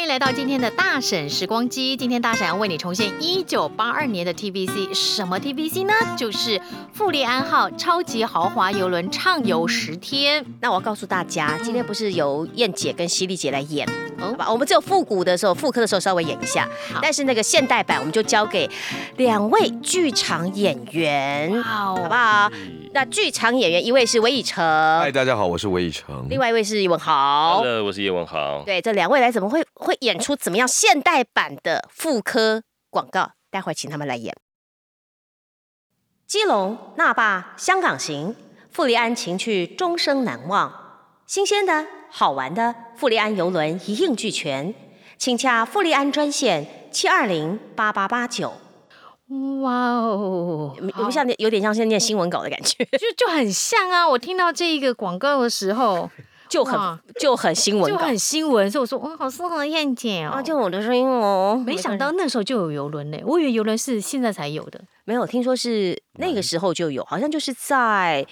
迎来到今天的大婶时光机。今天大婶要为你重现一九八二年的 TVC，什么 TVC 呢？就是富利安号超级豪华游轮畅游十天。那我要告诉大家，今天不是由燕姐跟犀利姐来演，嗯哦好吧？我们只有复古的时候、复刻的时候稍微演一下好，但是那个现代版我们就交给两位剧场演员，哇哦，好不好？那剧场演员一位是韦以嗯嗨，诚，大家好，我是韦以诚。另外一位是文豪。嗯 Hello，我是叶文豪。对，这两位来怎么会会演出怎么样现代版的妇科广告？待会儿请他们来演。基隆那霸香港行，富丽安情趣终生难忘。新鲜的、好玩的富丽安游轮一应俱全，请洽富丽安专线七二零八八八九。哇哦，有没有没有像有点像现在念新闻稿的感觉，就就很像啊！我听到这一个广告的时候， 就很哇就很新闻就稿。很新闻，所以我说，嗯，好适合燕姐哦。啊，就嗯我的声音哦，没想到那时候就有游轮嘞，我以为游轮是现在才有的。没有，听说是那个时候就有，好像就是在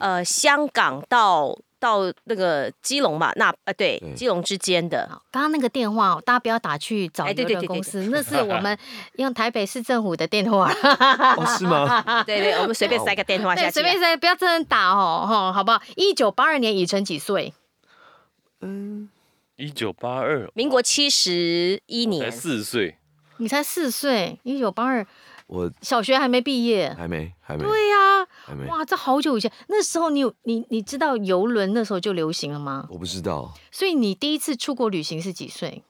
呃香港到到那个基隆嘛，那呃对对基隆之间的。好，刚刚那个电话哦，大家不要打去找哎游对对轮对对公司，那是我 们用台北市政府的电话啦。哦，是 吗？啊对对，我们随便塞个电话下对，去随啊，便谁不要真的打哦，吼，好不好？一九八二年，以晨几岁？一九八二，民国七十一才年，四岁，你才四岁，一九八二，我小学还没毕业。还没，还没，对呀、还没，哇，这好久以前，那时候你有你你知道游轮那时候就流行了吗？我不知道。所以你第一次出国旅行是几岁？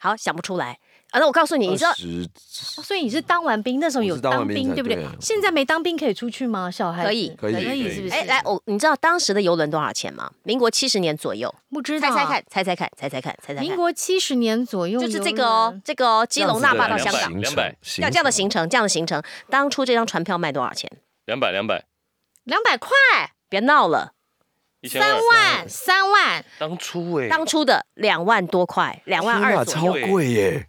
好想不出来啊。那我告诉你，你知道二十哦所以你是当完兵那时候我有是当完兵兵才对不对对？现在没当兵可以出去吗？小孩子可以可以可以可以是不是？哎来，我你知道当时的游轮多少钱吗？民国七十年左右，不知道猜啊猜看，猜猜看，猜猜看，猜猜民看，国七十年左右就是这游个哦轮，，这个哦，基隆那大霸坝到香这样港子，两百这样这样的行程，这样的行程，当初这张船票卖多少钱？两百两百，两百块，别闹了，一千三二。万，三万，当初哎、当初的两万多块，两万二左右超贵耶，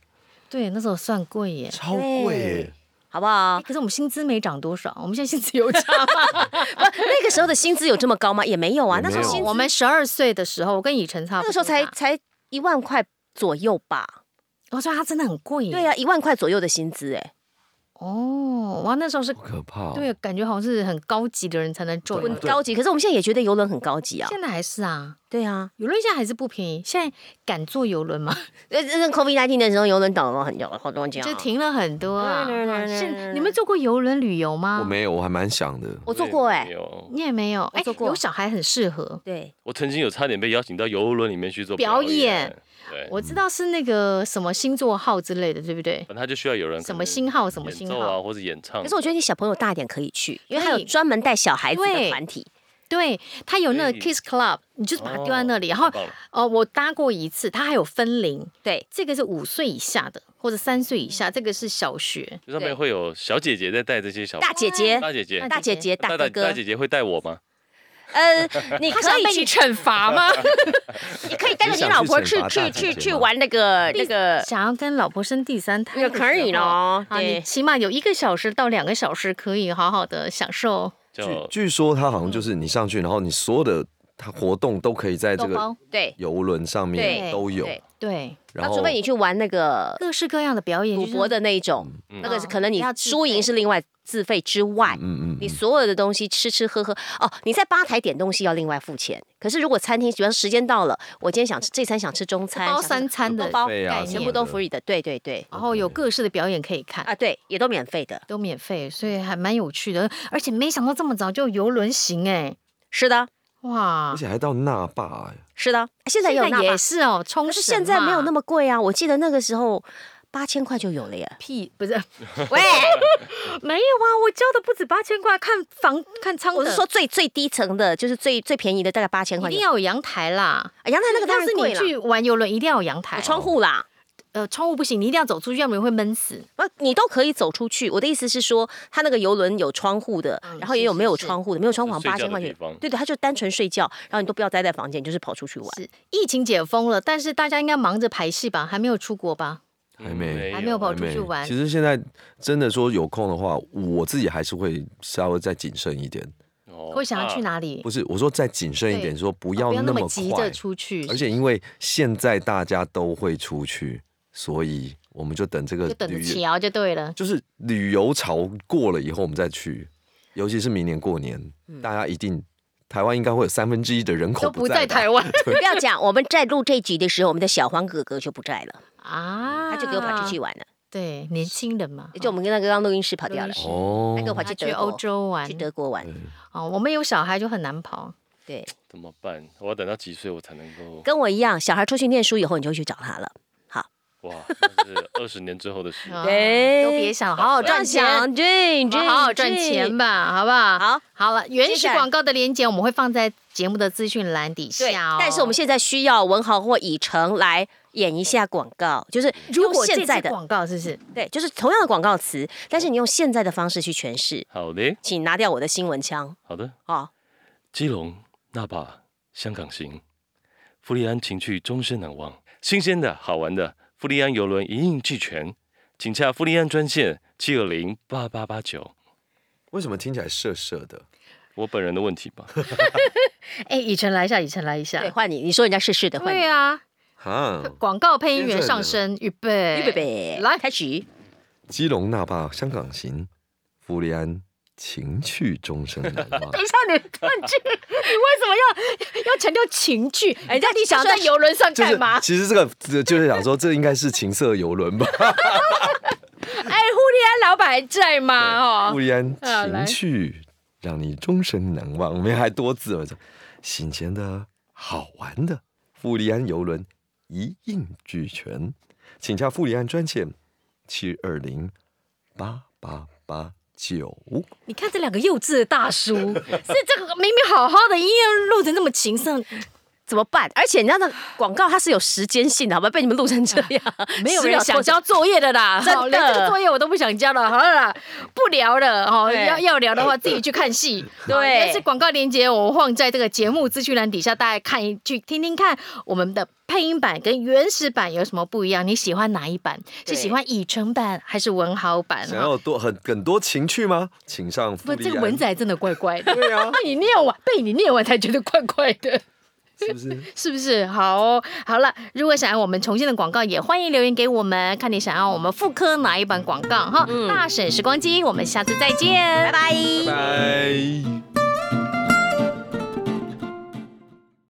对，那时候算贵耶。超贵耶！好不 好哎？可是我们薪资没涨多少，我们现在薪资有涨 吗？不，那个时候的薪资有这么高吗？也没有啊，也那没有时候薪资我们十二岁的时候，我跟以晨差不多那个时候才大，才一万块左右吧。我哦说他真的很贵耶。对呀、啊，一万块左右的薪资，哎，哦，哇，那时候是好可怕哦。对，感觉好像是很高级的人才能坐游对啊轮，高级。可是我们现在也觉得游轮很高级啊。现在还是啊，对啊，游轮现在还是不便宜。现在敢坐游轮吗？呃，这 COVID 1 9的时候，游轮倒了很久，好多人讲。就停了很多啊。对对对对对是你们坐过游轮旅游吗？我，没有，我还蛮想的。啊我做过欸哎、没有，你也没有。哎坐，过有小孩很适合。对，我曾经有差点被邀请到游轮里面去做表表演演。对，我知道是那个什么星座号之类的，对不对？本来就需要有人什么星号什么演星奏号啊，或者演嗯唱。可是我觉得你小朋友大一点可以去，因为可他以有专门带小孩子对的团体。对，它有那个所以 Kiss Club，你就是把它丢在那里，哦然后太棒了哦，我搭过一次，它还有分龄，对，这个是五岁以下的，或者三岁以下，这个是小学。就上面对会有小姐姐在带这些小大姐姐、大姐姐，大姐姐、大大哥大哥大，姐姐会带我吗？呃， 你可以去，惩罚吗？你可以带着你你想老去婆惩去罚去大姐去姐去吗玩那个那个 想要跟老婆生第三胎也的可时以候咯啊，对你起码有一个小时到两个小时可以好好的享受，叫据据说它好像就是你上去，然后你所有的它活动都可以在这豆个包对游轮对上面都有。对，对，然那后除非你去玩那个各式各样的表演，赌就是博的那一种，嗯那个是嗯可能你要自输赢费是另外自费之外，嗯嗯你嗯，所有的东西吃吃喝喝哦，你在吧台点东西要另外付钱。可是如果餐厅，比方时间到了，我今天想吃这餐想吃中餐，包想吃三餐的都包对啊概全念部什么都的 free 的，对对对然后有各式的表演可以看。啊对，也都免费的。都免费，所以还蛮有趣的。而且没想到这么早就有游轮行哎，是的，哇而！且还到那霸哎耶，是的，现在也有现那在也吧，是哦，可冲是绳现在没有那么么贵啊。我记得那个时候八千块就有了耶。屁，不是 喂，没有啊，我交的不止八千块，看房看仓的，我是说最最低层的，就是最最便宜的，大概八千块一就定有。要有阳台啦。啊阳台那个当要然是贵你了，去玩游轮，一定要有阳台有，窗户啦。呃，窗户不行，你一定要走出去，要不然会闷死。不，你都可以走出去。我的意思是说，它那个游轮有窗户的，嗯然后是也有是没有是窗户的，没有窗户好像八睡觉千的块钱地方。对对，他就单纯睡觉，然后你都不要待在房间，你就是跑出去玩。是疫情解封了，但是大家应该忙着排戏吧，还没有出国吧，还嗯没还没有跑还出没去玩其。实现在真的说有空的话，我自己还是会稍微再谨慎一点。哦会想要去？哪里？不是，我说再谨慎一点，对说啊不哦要不要那那么么急着快，出去，而且因为现在大家都会出去，所以我们就等这个就等着旅游，瞧就对了。就是旅游潮过了以后，我们再去，尤其是明年过年，大家一定台湾应该会有三分之一的人口嗯都不在在吧台湾 不要讲，我们在录这集的时候，我们的小黄哥哥就不在 了，啊，他就给我跑出去玩了，对，年轻人嘛，就我们跟那个刚录音室跑掉啊了录音，室哦他给我跑他去去德欧国，洲玩去德国玩。哦，我们有小孩就很难跑。对，怎么办？我要等到几岁我才能够？跟我一样，小孩出去念书以后，你就去找他了。哇，那是二十年之后的 事。啊对都别哎想，好好哦赚钱，对，我们好好赚钱吧，好不好？好，好了，原接始下来广告的链接我们会放在节目的资讯栏底对下哦。，但是我们现在需要文豪或以诚来演一下广告，就是如用果现这在支的广告是不是？对，就是同样的广告词，但是你用现在的方式去诠释。好的，请拿掉我的新闻腔好的。啊！基隆、那霸、香港行，富利安情趣终身难忘。新鲜的、好玩的，富利安游轮一应俱全。请洽富利安专线七二零八八八九。为什么听起来涩涩的？我本人的问题吧，哎，以晨来一下，以晨来一下对，。换你，你说人家是是的，换你对，啊，哈，广告配音员上身，嗯预备，预备备，来开始。基隆那霸香港行，福利安情趣终身 难忘。等一下，你断句，你为什么要要强调情趣？哎，到底想就在是游轮上就是干嘛？其实这个这就是想说，这应该是情色游轮吧？哎，胡利安老板还在吗？福哦，利安啊来情趣让你终身难忘。我们还多字了，新鲜的好玩的富利安游轮一应俱全，请洽富利安专线七二零八八八九。你看这两个幼稚的大叔，是这个明明好好的音乐录成这么情色，怎么办？而且你知道那广告它是有时间性的，好吧？被你们录成这样，啊没有10人秒想钟交作业的啦， 真的啊好连这个作业我都不想交了，好了 啦，不聊了哦。对要要聊的话，自己去看 戏。对好但是广告链接我放在这个节目资讯栏底下，大家看一去听听看我们的配音版跟原始版有什么不一样？你喜欢哪一版？是对喜欢以诚版还是文豪版？想要多很很多情趣吗？请上富不，利哎这安。个文仔真的怪怪的。 对啊，被你念完，被你念完才觉得怪怪的。是不是？是不是？好哦、好了，如果想要我们重现的广告，也欢迎留言给我们，看你想要我们复刻哪一版广告哈。大婶时光机，我们下次再见，拜拜拜。